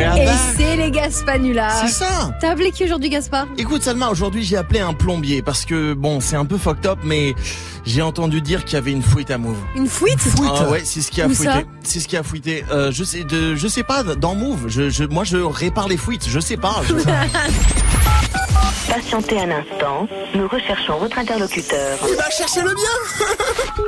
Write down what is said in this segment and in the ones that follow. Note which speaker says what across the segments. Speaker 1: Et c'est les Gaspanulas.
Speaker 2: ah bah, C'est ça
Speaker 1: T'as appelé qui aujourd'hui, Gaspard
Speaker 2: Écoute Salma, aujourd'hui j'ai appelé un plombier parce que bon c'est un peu fucked up mais j'ai entendu dire qu'il y avait une fuite à Move.
Speaker 1: Une fuite
Speaker 2: Ah ouais, c'est ce qui a
Speaker 1: Où ça
Speaker 2: fuité. C'est ce qui a fuité. Euh, je sais, de, je sais pas. Dans Move, je, je, moi, je répare les fuites. Je sais pas. je-
Speaker 3: Patientez un instant, nous recherchons votre interlocuteur.
Speaker 2: Il va chercher Eh ben, le bien.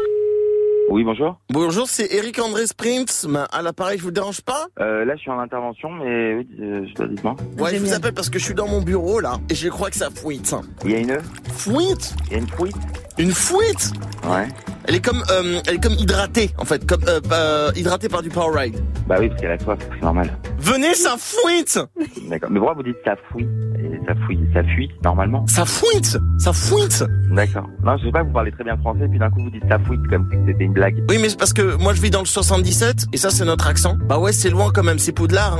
Speaker 4: Oui, bonjour.
Speaker 2: Bonjour, c'est Eric André Sprint. À l'appareil, je vous dérange pas
Speaker 4: Euh, là, je suis en intervention, mais oui, euh, je dois dites-moi.
Speaker 2: Ouais, je vous
Speaker 1: Génial.
Speaker 2: appelle parce que je suis dans mon bureau là et je crois que ça fuite.
Speaker 4: Il y a une,
Speaker 2: Fuite
Speaker 4: il y a une fuite.
Speaker 2: Une fuite
Speaker 4: Ouais.
Speaker 2: Elle est comme, euh, elle est comme hydratée en fait, comme euh, euh, hydratée par du Powerade.
Speaker 4: Bah oui, parce qu'elle a soif, c'est normal.
Speaker 2: Venez, ça fuite
Speaker 4: D'accord. Mais pourquoi vous dites ça fouille Et ça fouille, ça fuite normalement.
Speaker 2: Ça fuite Ça fuite
Speaker 4: D'accord. Non, je sais pas, vous parlez très bien français, puis d'un coup vous dites ça fuite comme si c'était une blague.
Speaker 2: Oui, mais c'est parce que moi je vis dans le 77 et ça c'est notre accent. Bah ouais, c'est loin quand même, c'est Poudlard.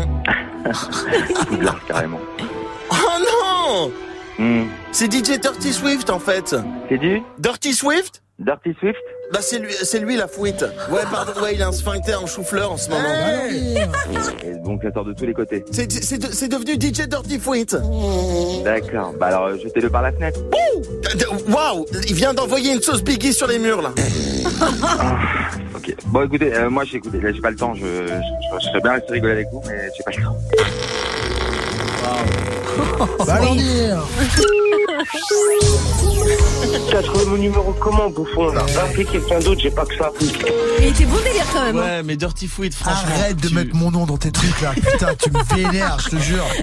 Speaker 2: Hein.
Speaker 4: Tout de large, carrément.
Speaker 2: Oh non
Speaker 4: Hmm.
Speaker 2: C'est DJ Dirty Swift en fait.
Speaker 4: C'est du
Speaker 2: Dirty Swift
Speaker 4: Dirty Swift
Speaker 2: Bah c'est lui, c'est lui la fuite. Ouais, pardon, ouais, il a un sphincter en chou-fleur en ce moment.
Speaker 4: Et donc ça sort de tous les côtés.
Speaker 2: C'est, c'est de- c'est devenu DJ Dirty Fuite.
Speaker 4: D'accord. Bah alors, euh, jetez-le par la fenêtre.
Speaker 2: Waouh, il vient d'envoyer une sauce Biggie sur les murs là.
Speaker 4: Ok. Bon, écoutez, euh, moi j'ai écouté, là j'ai pas le temps, je, je, je, je serais bien resté rigoler avec vous, mais j'ai pas le temps.
Speaker 5: T'as trouvé mon numéro comment, bouffon, là Appelez quelqu'un d'autre, j'ai pas que ça.
Speaker 1: Mais il était bon délire quand même. hein.
Speaker 2: Ouais, mais Dirty Fuite, franchement.
Speaker 6: Arrête de
Speaker 2: tu-
Speaker 6: mettre mon nom dans tes trucs là, putain, tu me vénères, je te jure.